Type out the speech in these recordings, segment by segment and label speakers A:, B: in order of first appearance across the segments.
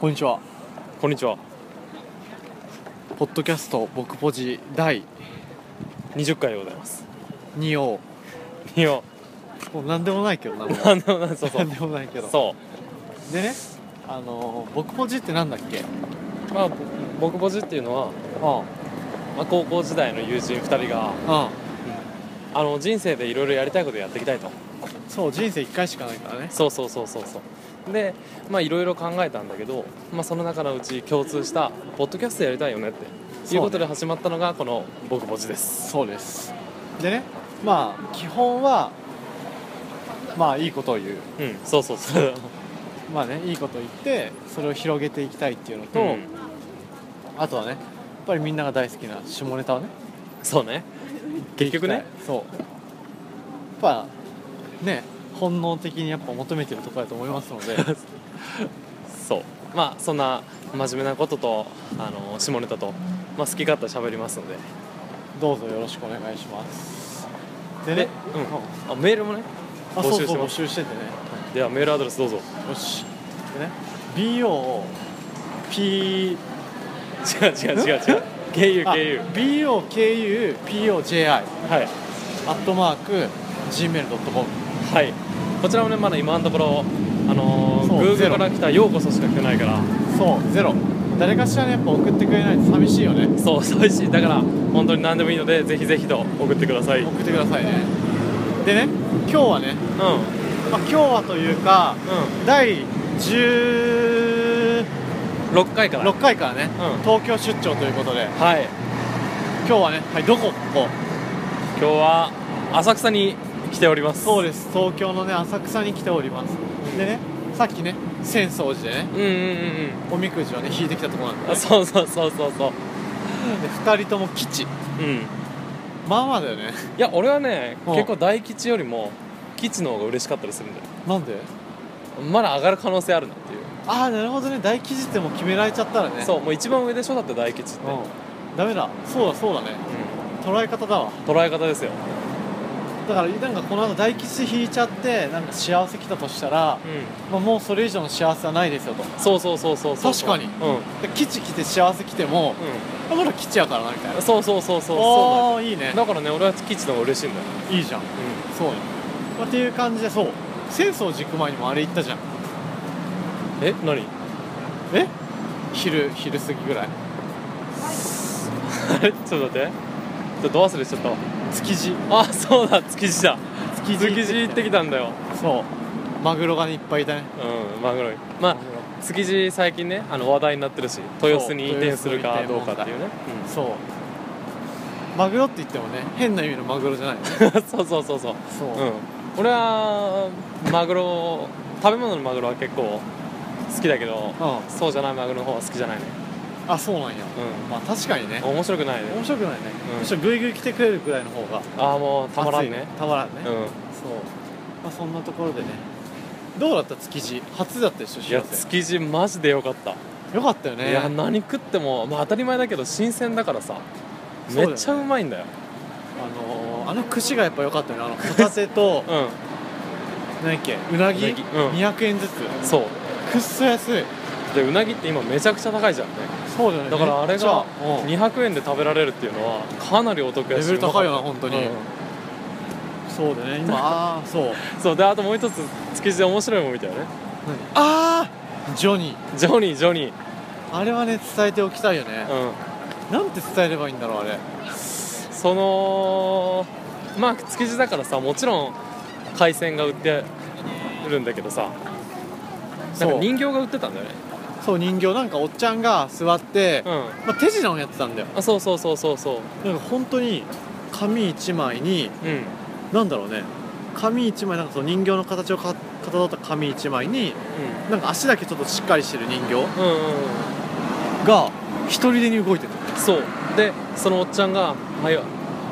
A: こんにちは
B: こんにちは
A: ポッドキャスト僕ポジ第
B: 20回でございます
A: 2を
B: いや
A: もう何でもないけどなもう
B: なんでもない そうそ
A: 何
B: う
A: でもないけど
B: そ
A: でねあのー僕ポジってなんだっけ
B: うまあぼ僕ぼじっていうのは、
A: あ
B: まあ、高校時代の友人2人が
A: あ
B: あの人生でいろいろやりたいことやっていきたいと
A: そう人生1回しかないからね
B: そうそうそうそうそうでまあいろいろ考えたんだけど、まあ、その中のうち共通したポッドキャストやりたいよねっていうことで始まったのがこの僕ぼじです
A: そうですでねまあ基本はまあいいことを言う
B: うんそうそうそう
A: まあねいいことを言ってそれを広げていきたいっていうのと、
B: うん
A: あとはねやっぱりみんなが大好きな下ネタをね
B: そうね結局ね
A: そうやっぱね本能的にやっぱ求めてるところだと思いますので
B: そうまあそんな真面目なこととあの下ネタと、まあ、好き勝手喋りますので
A: どうぞよろしくお願いしますでね
B: で、うん、あメールもね
A: あ
B: 募
A: そう
B: 集して
A: そう募
B: ます
A: 集しててね
B: ではメールアドレスどうぞ
A: よしでね BO を P
B: 違う違う違う違う 経由
A: あ
B: 経由
A: BOKUPOJI
B: はい
A: アットマーク Gmail.com
B: はいこちらもねまだ今のところあの
A: そう
B: ー、
A: ゼ
B: Google
A: ロ
B: から来た「ようこそ」しか来てないから
A: そうゼロ誰かしらねやっぱ送ってくれないと寂しいよね
B: そう寂しいだから本当に何でもいいのでぜひぜひと送ってくださいうん
A: 送ってくださいねでね今日はね、
B: うん
A: まあ、今日はというか第16
B: 6回から
A: 回からね、
B: うん
A: 東京出張ということで
B: はい
A: 今日はね、はい、どこここ
B: 今日は浅草に来ております
A: そう
B: で
A: です東京のね浅草に来ておりますでねさっきね浅草寺でね
B: すうんうんうん
A: おみくじをね引いてきたところなん
B: うん
A: で,、
B: あ
A: ね、
B: そうそうそうそうそう
A: で2人とも吉
B: うん
A: まあまあだよね
B: いや俺はね
A: うん
B: 結構大吉よりも吉の方が嬉しかったりするんだよ
A: なんで
B: まだ上がる可能性あるなっていう
A: ああなるほどね大吉ってもう決められちゃったらね
B: そうもう一番上でしょだって大吉って、
A: うんダメだそうだそうだね捉え方だわ
B: 捉え方ですよ、
A: だからなんかこの後大吉引いちゃってなんか幸せ来たとしたら、まあ、もうそれ以上の幸せはないですよと
B: そうそうそうそうそう
A: 確かに
B: うん、うん、
A: で吉来て幸せ来ても、あこれ吉やからなみたいな
B: そうそうそうそうそ
A: ああーいいう
B: な
A: ね
B: んだよだからね俺は吉の方が嬉しいんだよ、
A: いいじゃんそうね、まあ、っていう感じでそう浅草寺行く前にもあれ行ったじゃん
B: え何
A: え昼昼過ぎぐらい
B: あれちょっと待ってちょっとど忘れしちゃったわ
A: 築地
B: あそうだ築地だ
A: 築
B: 築地行ってきたんだよ
A: そうマグロがねいっぱいいたね
B: うんマグロまあ築地最近ねあの話題になってるし豊洲に移転するかどうかっていうね
A: そうマグロって言ってもね変な意味のマグロじゃないよね
B: うん そうそうそうそう
A: そう
B: うん俺はマグロ食べ物のマグロは結構好きだけど
A: うん
B: そうじゃないマグロの方は好きじゃないね
A: あそうなんや
B: う
A: まあ確かにね
B: ん面白くないね
A: 面白くないね、
B: うん
A: むしろグイグイ来てくれるぐらいの方が
B: ああもうたまらんね
A: 熱いたまらんね、
B: う
A: そうんまあそんなところでねどうだった築地初だったでしょ
B: いや
A: 幸せ
B: 築地マジでよかった、
A: よかったよね
B: いや何食っても、まあ、当たり前だけど新鮮だからさ
A: そうだ
B: め
A: よね
B: っちゃうまいんだよ
A: あのー、あの串がやっぱ良かったよねあのホタテ と何やっけうなぎ
B: うなぎうん
A: 200円ずつ
B: うんそう
A: くっそ安い
B: でうなぎって今めちゃくちゃ高いじゃんね
A: そうだよね
B: だからあれが
A: めっちゃ
B: 200円で食べられるっていうのはかなりお得
A: うん
B: や
A: レ
B: し
A: ベル高いよな
B: うまかっ
A: 本当
B: た
A: に、
B: うん
A: そうだね 今ああそう
B: そうであともう一つ築地で面白いもん見たよね
A: ああジョニー
B: ジョニージョニー
A: あれはね伝えておきたいよね、
B: うん
A: なんて伝えればいいんだろうあれ
B: そのまあ築地だからさもちろん海鮮が売ってるんだけどさなんか
A: そう
B: 人形が売ってたんだよね
A: そう人形なんかおっちゃんが座って、
B: うん
A: まあ、手品をやってたんだよ
B: あそうそうそうそうそう
A: なんか本当に紙一枚に
B: うん
A: なんだろうね紙一枚なんかその人形の形をかかたどった紙一枚になんか足だけちょっとしっかりしてる人形
B: うんうんうんうん
A: が一人でに動いてる
B: そうでそのおっちゃんが「はい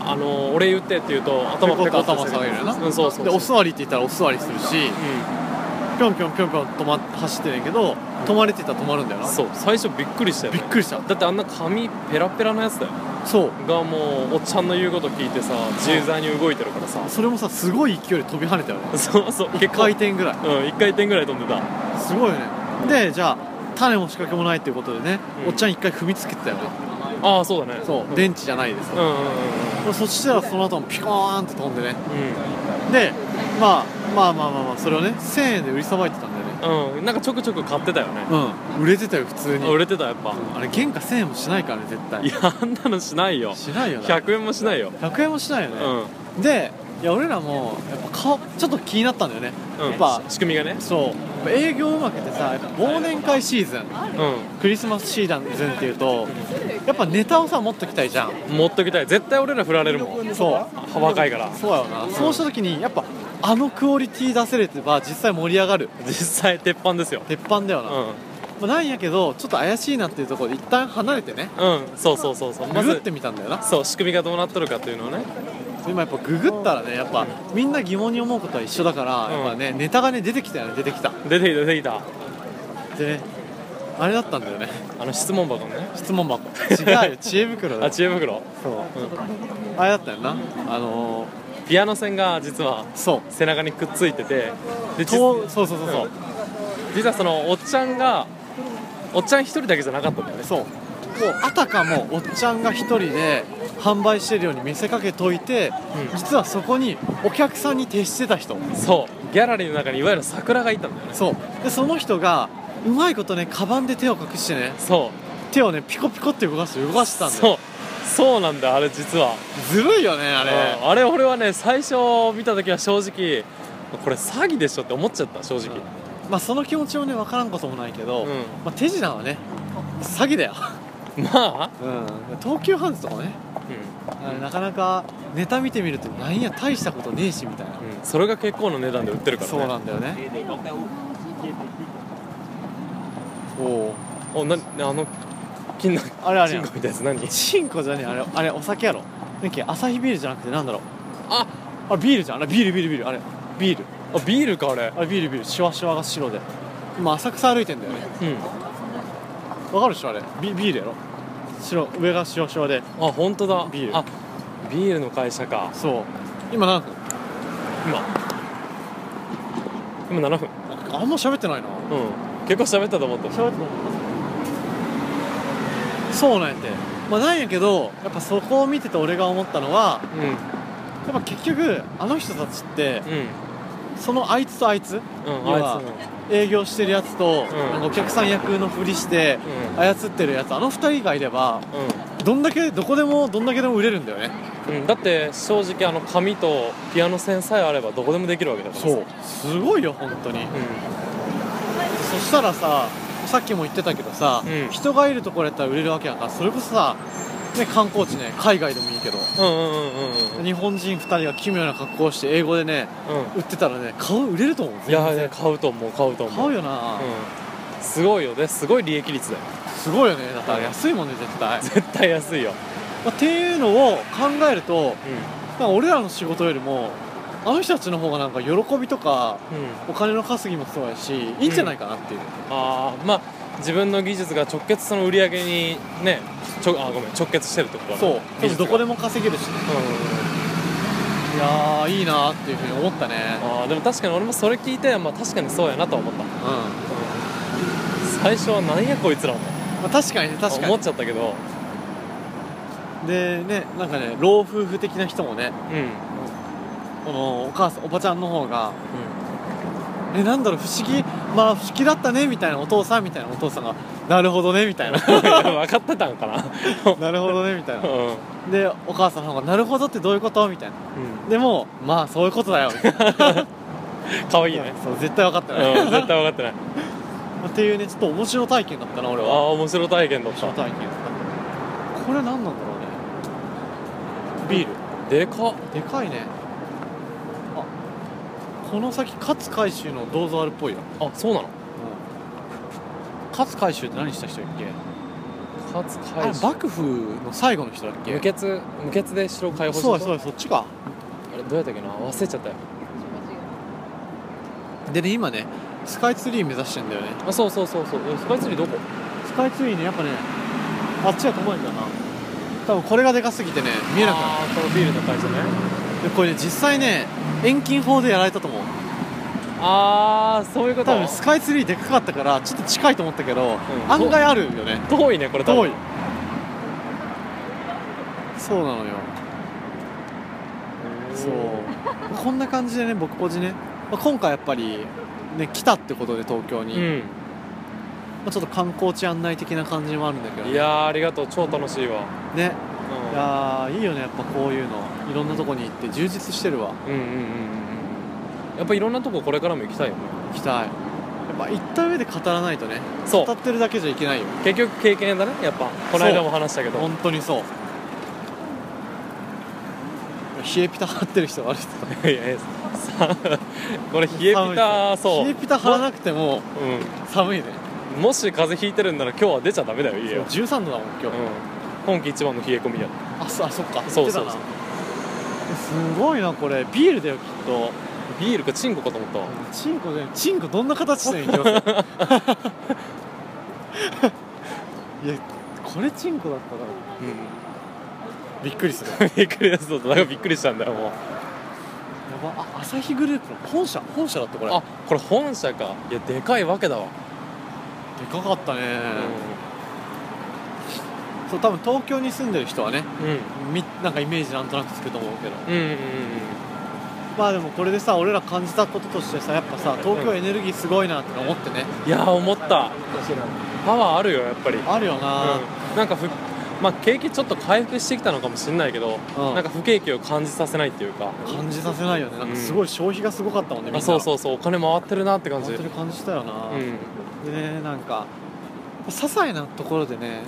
B: あのー、俺言って」って言うと頭ペコッと
A: 頭下げるよな
B: うんそうそう
A: で
B: そう
A: お座りって言ったらお座りするしぴょんぴょんぴょんぴょん止ま走ってるんやけど止まれって言ったら止まるんだよ
B: う、
A: なん
B: そう最初びっくりしたよ、
A: び
B: ね、
A: っくりした
B: だってあんな髪ペラペラのやつだよ
A: そう
B: がもうおっちゃんの言うこと聞いてさ自由在に動いてるからさ
A: それもさすごい勢いで飛び跳ねたよね
B: そうそう
A: 1
B: 結構
A: 回転ぐらい
B: うん、1回転ぐらい飛んでた
A: すごいよねでじゃあ種も仕掛けもないっていうことでね、
B: うん
A: おっちゃん一回踏みつけてたよね
B: ああそうだね
A: そう、
B: ん、
A: 電池じゃないです
B: うんうんうんうん
A: そしたらその後もピコーンって飛んでねで、まあ、まあまあまあまあそれをね1000円で売りさばいてたんだよね
B: うん、うん、なんかちょくちょく買ってたよね
A: うん売れてたよ普通に
B: 売れてたやっぱ
A: あれ原価1000円もしないからね絶対
B: いやあんなのしないよ
A: しないよね
B: 100円もしないよ
A: 100円もしないよ
B: う
A: ね、
B: ん
A: でいや俺らもやっぱ顔ちょっと気になったんだよね、
B: うん
A: やっぱ
B: 仕組みがね
A: そうやっぱ営業うまくてさやっぱ忘年会シーズン
B: う
A: クリスマスシーズンっていうとやっぱネタをさ持っときたいじゃん
B: ん持っときたい絶対俺ら振られるもん
A: そう
B: 若いから
A: そうやろな、そうした時にやっぱあのクオリティ出せれば実際盛り上がる
B: 実際鉄板ですよ
A: 鉄板だよ
B: う
A: な、ま
B: ん
A: あなんやけどちょっと怪しいなっていうところで一旦離れてね
B: うんそうそうそうそうま
A: ググっ
B: ず
A: てみたんだよな
B: そう仕組みがどうなっとるかっていうのをね
A: 今やっぱググったらねやっぱみんな疑問に思うことは一緒だから、
B: うん
A: やっぱねネタがね出てきたよね出てきた
B: 出てきた出てきた
A: でねあれだったんだよね
B: あの質問箱ね
A: 質問 箱違うよ知恵袋だ
B: あ
A: よ
B: 知恵袋
A: そう
B: うん
A: あれだったよなあのー、
B: ピアノ線が実は
A: そう
B: 背中にくっついててで実
A: とそうそうそうそう、
B: うん実はそのおっちゃんがおっちゃん一人だけじゃなかったんだよね
A: そうもうあたかもおっちゃんが一人で販売してるように見せかけといて、
B: うん
A: 実はそこにお客さんに徹してた人
B: そうギャラリーの中にいわゆる桜がいたんだよね
A: そうでその人がうまいことねカバンで手を隠してね
B: そう
A: 手をねピコピコって動かして動かしてたんだよ
B: そうそうなんだよあれ実は
A: ずるいよねあ
B: あ
A: れ
B: あれ俺はね最初見た時は正直これ詐欺でしょって思っちゃった正直
A: まあその気持ちもね分からんこともないけど、
B: うん
A: まあ、手品はね詐欺だよ、
B: まあ、
A: うん、東急ハンズとかねあれなかなかネタ見てみるとなんや大したことねえしみたいな、
B: うんそれが結構の値段で売ってるからね
A: そうなんだよねそう
B: おなあの金の
A: あれあれ
B: チンコみたいなやつ何
A: チンコじゃねえあれあれお酒やろなんけアサヒビールじゃなくてなんだろう
B: あ
A: あれビールじゃんあれビールビールビールあれビール
B: あビールかあれ
A: あれビールビールシュワシュワが白で今浅草歩いてんだよね
B: うん
A: わかるでしょあれビビールやろ白上がシュワシュワで
B: あ本当だ
A: ビール
B: あビールの会社か
A: そう今何分
B: 今今7分
A: あんま喋ってないな
B: うん結構喋ったと思った
A: 喋ってないそうなんやてまあなんやけどやっぱそこを見てて俺が思ったのは
B: うんうん
A: やっぱ結局あの人たちってそのあいつとあいつ
B: うん
A: 要
B: あ
A: はい営業してるやつと、
B: うん
A: なんかお客さん役のふりして
B: つの
A: 操ってるやつあの二人がいれば
B: うんうん
A: どんだけどこでもどんだけでも売れるんだよね
B: うん、だって正直あの紙とピアノ線さえあればどこでもできるわけだからさ
A: そうすごいよ本当にそしたらささっきも言ってたけどさ、
B: うん
A: 人がいるところやったら売れるわけやからそれこそさ、ね、観光地ね海外でもいいけど
B: うん、うんうんうんうんうん
A: 日本人二人が奇妙な格好をして英語でね売ってたらね顔売れると思う
B: いや
A: 全
B: い
A: 然
B: や買うと思う買うと思う
A: 買うよな、
B: うん、すごいよねすごい利益率だよ
A: すごいよねだから安いもんね絶対、
B: 絶対安いよ、
A: まあっていうのを考えると
B: う
A: なんか俺らの仕事よりもあの人たちの方がなんか喜びとか
B: んうん、
A: お金の稼ぎもそうやしいいんじゃないかなっていう、
B: ああまあ自分の技術が直結その売り上げにねちょあごめん直結してるってことだね
A: そう
B: 技
A: 多
B: 術
A: 分ど
B: が
A: こでも稼げるしね
B: うんうんうん
A: いやーいいなーっていうふうに思ったね
B: あーでも確かに俺もそれ聞いて、まあ、確かにそうやなとは思った、
A: うん、ま
B: 最初はなんやこいつらも
A: あ、確かにね確か
B: 思
A: に
B: っちゃったけど
A: でねなんかね老夫婦的な人もね
B: うん、うん
A: このお母さんおばちゃんの方がえなんだろう不思議まあ不思議だったねみたいなお父さんみたいなお父さんがなるほどねみたいな
B: いや 分かってたんかな
A: なるほどねみたいな
B: うん、うん、
A: でお母さんの方がなるほどってどういうことみたいなでもまあそういうことだよみたいな
B: かわいいね、
A: そう絶対分かって
B: うん、
A: ない、
B: 絶対分かってない
A: っていうねちょっと面白体験だったな
B: あ
A: 俺
B: あ
A: は
B: 面白い体験だっ
A: 面白
B: た
A: 体験だったこれ何なんだろうねビール
B: でかっ
A: でかいねあこの先勝海舟の銅像あるっぽいよ、
B: あそうなの
A: 勝海舟って何した人だっけ
B: かつ
A: あ
B: 解
A: れ
B: 除
A: 幕府の最後の人だっけ
B: 無血無血で城解放した
A: そうだそう
B: う
A: だそっちか
B: あれどうやったっけな忘れちゃったよ
A: でね今ねスカイツリー目指してんだよね
B: あそうそうそうそうえスカイツリーどこ
A: スカイツリーねやっぱねあっちは遠いんだな多分これがでかすぎてね見えなくなる
B: あーこのビールの会社ね
A: でこれね実際ね遠近法でやられたと思う
B: あーそういうこ
A: 多
B: と
A: 分スカイツリーでかかったからちょっと近いと思ったけど、
B: ん
A: 案外あるよね
B: 遠いねこれ多
A: 遠い
B: 分
A: そうなのよそうこんな感じでね僕ポジね、まあ、今回やっぱりね来たってことで東京に、
B: う
A: ま
B: ん
A: あ、ちょっと観光地案内的な感じもあるんだけど
B: い
A: ね
B: やーありがとう超楽しいわ、
A: ね
B: う
A: い
B: ん
A: やーいいよねやっぱこういうのいろんなとこに行って充実してるわ
B: うんうんうんうんうんやっぱいろんなとここれからも行きたいよね
A: 行きたいやっぱ行った上で語らないとね
B: そ
A: 語
B: う
A: ってるだけじゃいけないよ
B: 結局経験だねやっぱこの間も話したけど
A: 本当にそう冷えピタ張ってる人悪い人
B: いやいやさ こ れ冷えピタそう
A: 冷えピタ張らなくても寒いね
B: うん、もし風邪ひいてるんなら今日は出ちゃダメだよ家を、
A: そう13度だもん今
B: う
A: 日、、
B: ん今季一番の冷え込みだよ
A: あそあそっか
B: そ
A: 言っ
B: う
A: てたな
B: そう
A: すごいなこれビールだよきっと
B: ビールかチンコかと思ったわ
A: チンコでチンコどんな形してん のいきますいやこれチンコだったら
B: うん
A: びっくりするや
B: びっくりですだからびっくりしたんだよもう
A: ばあ朝日グループの本社本社だってこれ
B: あこれ本社かいやでかいわけだわ、
A: でかかったね、
B: う
A: そう多分東京に住んでる人はね
B: んうん、
A: みなんかイメージなんとなくつくと思うけど
B: うんうんうん
A: まあでもこれでさ俺ら感じたこととしてさやっぱさ東京エネルギーすごいなって思ってね
B: うんいやー思ったパワーあるよやっぱり
A: あるよな、
B: うんなんかふ、まあ、景気ちょっと回復してきたのかもしれないけど、
A: うん
B: なんか不景気を感じさせないっていうか
A: 感じさせないよねなんかすごい消費がすごかったもんね、みん
B: あ
A: な
B: そう
A: う
B: そうそうお金回ってるなって感
A: 本
B: じ
A: 当に感じたよな、
B: うん
A: でねなんか些細なところでね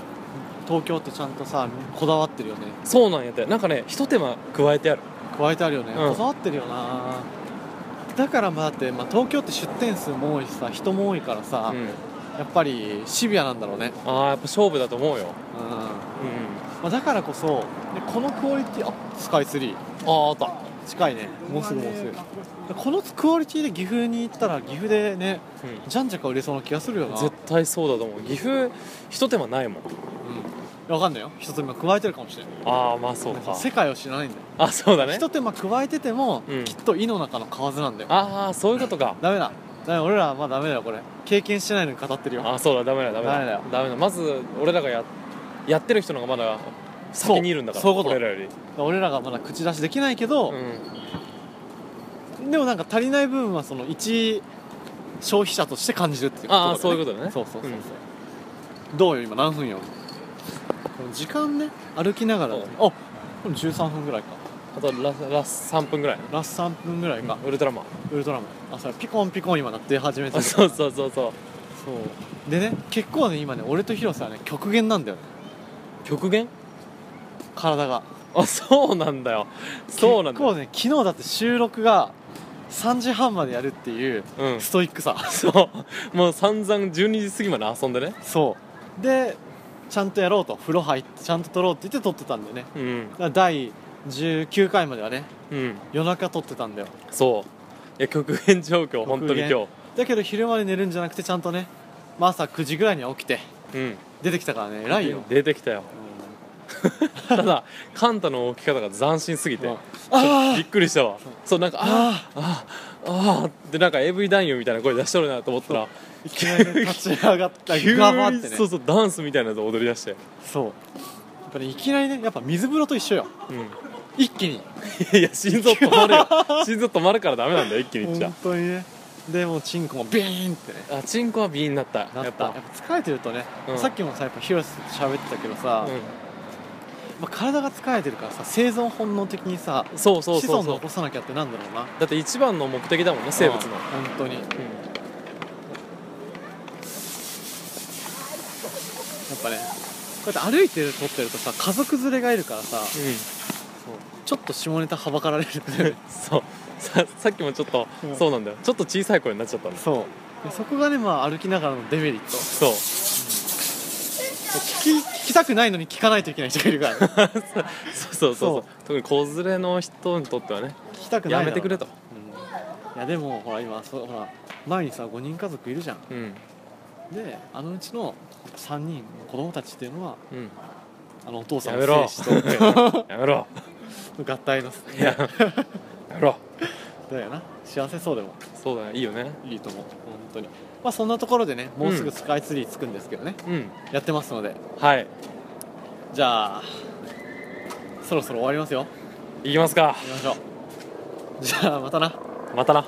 A: 東京ってちゃんとさこだわってるよね
B: そうなんやってなんかねひと手間加えてある
A: 加えてあるよね、
B: うん
A: こだわってるよなだからまあだって、まあ、東京って出店数も多いしさ人も多いから
B: あ、
A: さ、
B: うん、
A: やっぱりシビアなんだろうね、
B: あーやっぱ勝負だと思うよ、
A: うんま
B: うん、
A: あ、だからこそでこのクオリティあスカイツリー
B: あああった
A: 近いねもうすぐもうすぐでこのクオリティで岐阜に行ったら岐阜でね
B: うん
A: じゃんじゃか売れそうな気がするよな
B: 絶対そうだと思う岐阜ひと手間ないもん
A: うん、わかんないよ一手間加えてるかもしれない
B: ああまあそう
A: なんか
B: か
A: 世界を知らないんだよ
B: あそうだね
A: 一手間加えてても、
B: うん
A: きっと井の中の蛙なんだよ
B: ああそういうことか
A: ダメだダメ俺らはまあダメだよこれ経験してないのに語ってるよ
B: あそうだダメだダメだ
A: ダメだよ
B: まず俺らがややってる人のがまだ
A: そう
B: 先にいるんだから
A: そういうこと
B: 俺らより
A: 俺らがまだ口出しできないけど、
B: う
A: でもなんか足りない部分はその一消費者として感じるっていう
B: あーそういうことだね
A: そうそうそうそう、どうよ今何分よこの時間ね歩きながら、ね、あこれ13分ぐらいか
B: あとラスラス3分ぐらい
A: ラス3分ぐらいか、
B: ウルトラマン
A: ウルトラマンあそれピコンピコン今鳴って始めて
B: あ
A: る
B: そうそうそうそう
A: そうでね結構ね今ね俺とヒロさんはね極限なんだよね
B: 極限
A: 体が
B: あそうなんだよそうなん
A: 結
B: だ
A: 構ね昨日だって収録が3時半までやるっていう
B: うん
A: ストイックさ、
B: そうもう散々12時過ぎまで遊んでね
A: そうでちゃんとやろうと風呂入ってちゃんと撮ろうって言って撮ってたんだよね
B: うん
A: だから第19回まではね
B: うん
A: 夜中撮ってたんだよ
B: そういや極限状況本当に
A: 極限
B: 今
A: だけど昼まで寝るんじゃなくてちゃんとね、まあ、朝9時ぐらいには起きて
B: 日うん
A: 出てきたからね偉いよ、
B: 出てきたよただカンタの置き方が斬新すぎ
A: う
B: て
A: ん、あ
B: びっくりしたわそうなんかあ
A: あ
B: ーあーあーってなんか AV 男優みたいな声出しとるなと思ったら
A: ーいきなりね立ち上がった
B: 急に
A: ガバってね
B: そうそうダンスみたいなやつ踊り出して
A: そうやっぱねいきなりねやっぱ水風呂と一緒よ
B: うん
A: 一気に
B: いや心臓止まるよ心臓止まるからダメなんだよ一気にいっちゃ
A: 本当にねでもうチンコもビーンってね
B: あチンコはビーになった
A: なった
B: や
A: や
B: っ
A: っ
B: ぱ
A: ぱ疲れてるとね、
B: うん
A: さっきもさやっぱ広瀬と喋ってたけどさ、
B: う
A: まあ、体が疲れてるからさ生存本能的にさ
B: んそうそうそう
A: 子孫
B: そう
A: 残さなきゃってなんだろうな
B: だって一番の目的だもんね生物の
A: うん本当にやっぱねこうやって歩いてる撮ってるとさ家族連れがいるからさ、そう
B: う
A: ちょっと下ネタはばかられるって いうん
B: そうささっきもちょっと
A: うん
B: そうなんだよちょっと小さい声になっちゃったんだ
A: そうでそこがねまあ歩きながらのデメリット
B: そう
A: 聞き聞きたくないのに聞かないといけない人がいる から
B: そうそうそうそう特に子連れの人にとってはね
A: 聞きたくないだろう
B: やめてくれと
A: うんいやでもほら今そうほら前にさ5人家族いるじゃん
B: うん
A: であのうちの3人子供たちっていうのは
B: うん
A: あのお父さ
B: や
A: ん
B: め
A: の
B: ろ
A: 精子
B: やめろ
A: と合体の
B: いややめろ
A: だよな幸せそうでも
B: そうだねいいよね
A: いいと思う本当にまあそんなところでねもうすぐスカイツリー着くんですけどね、
B: うん
A: やってますので
B: はい
A: じゃあそろそろ終わりますよ
B: 行きます
A: 行
B: か
A: きましょうじゃあまたな
B: またな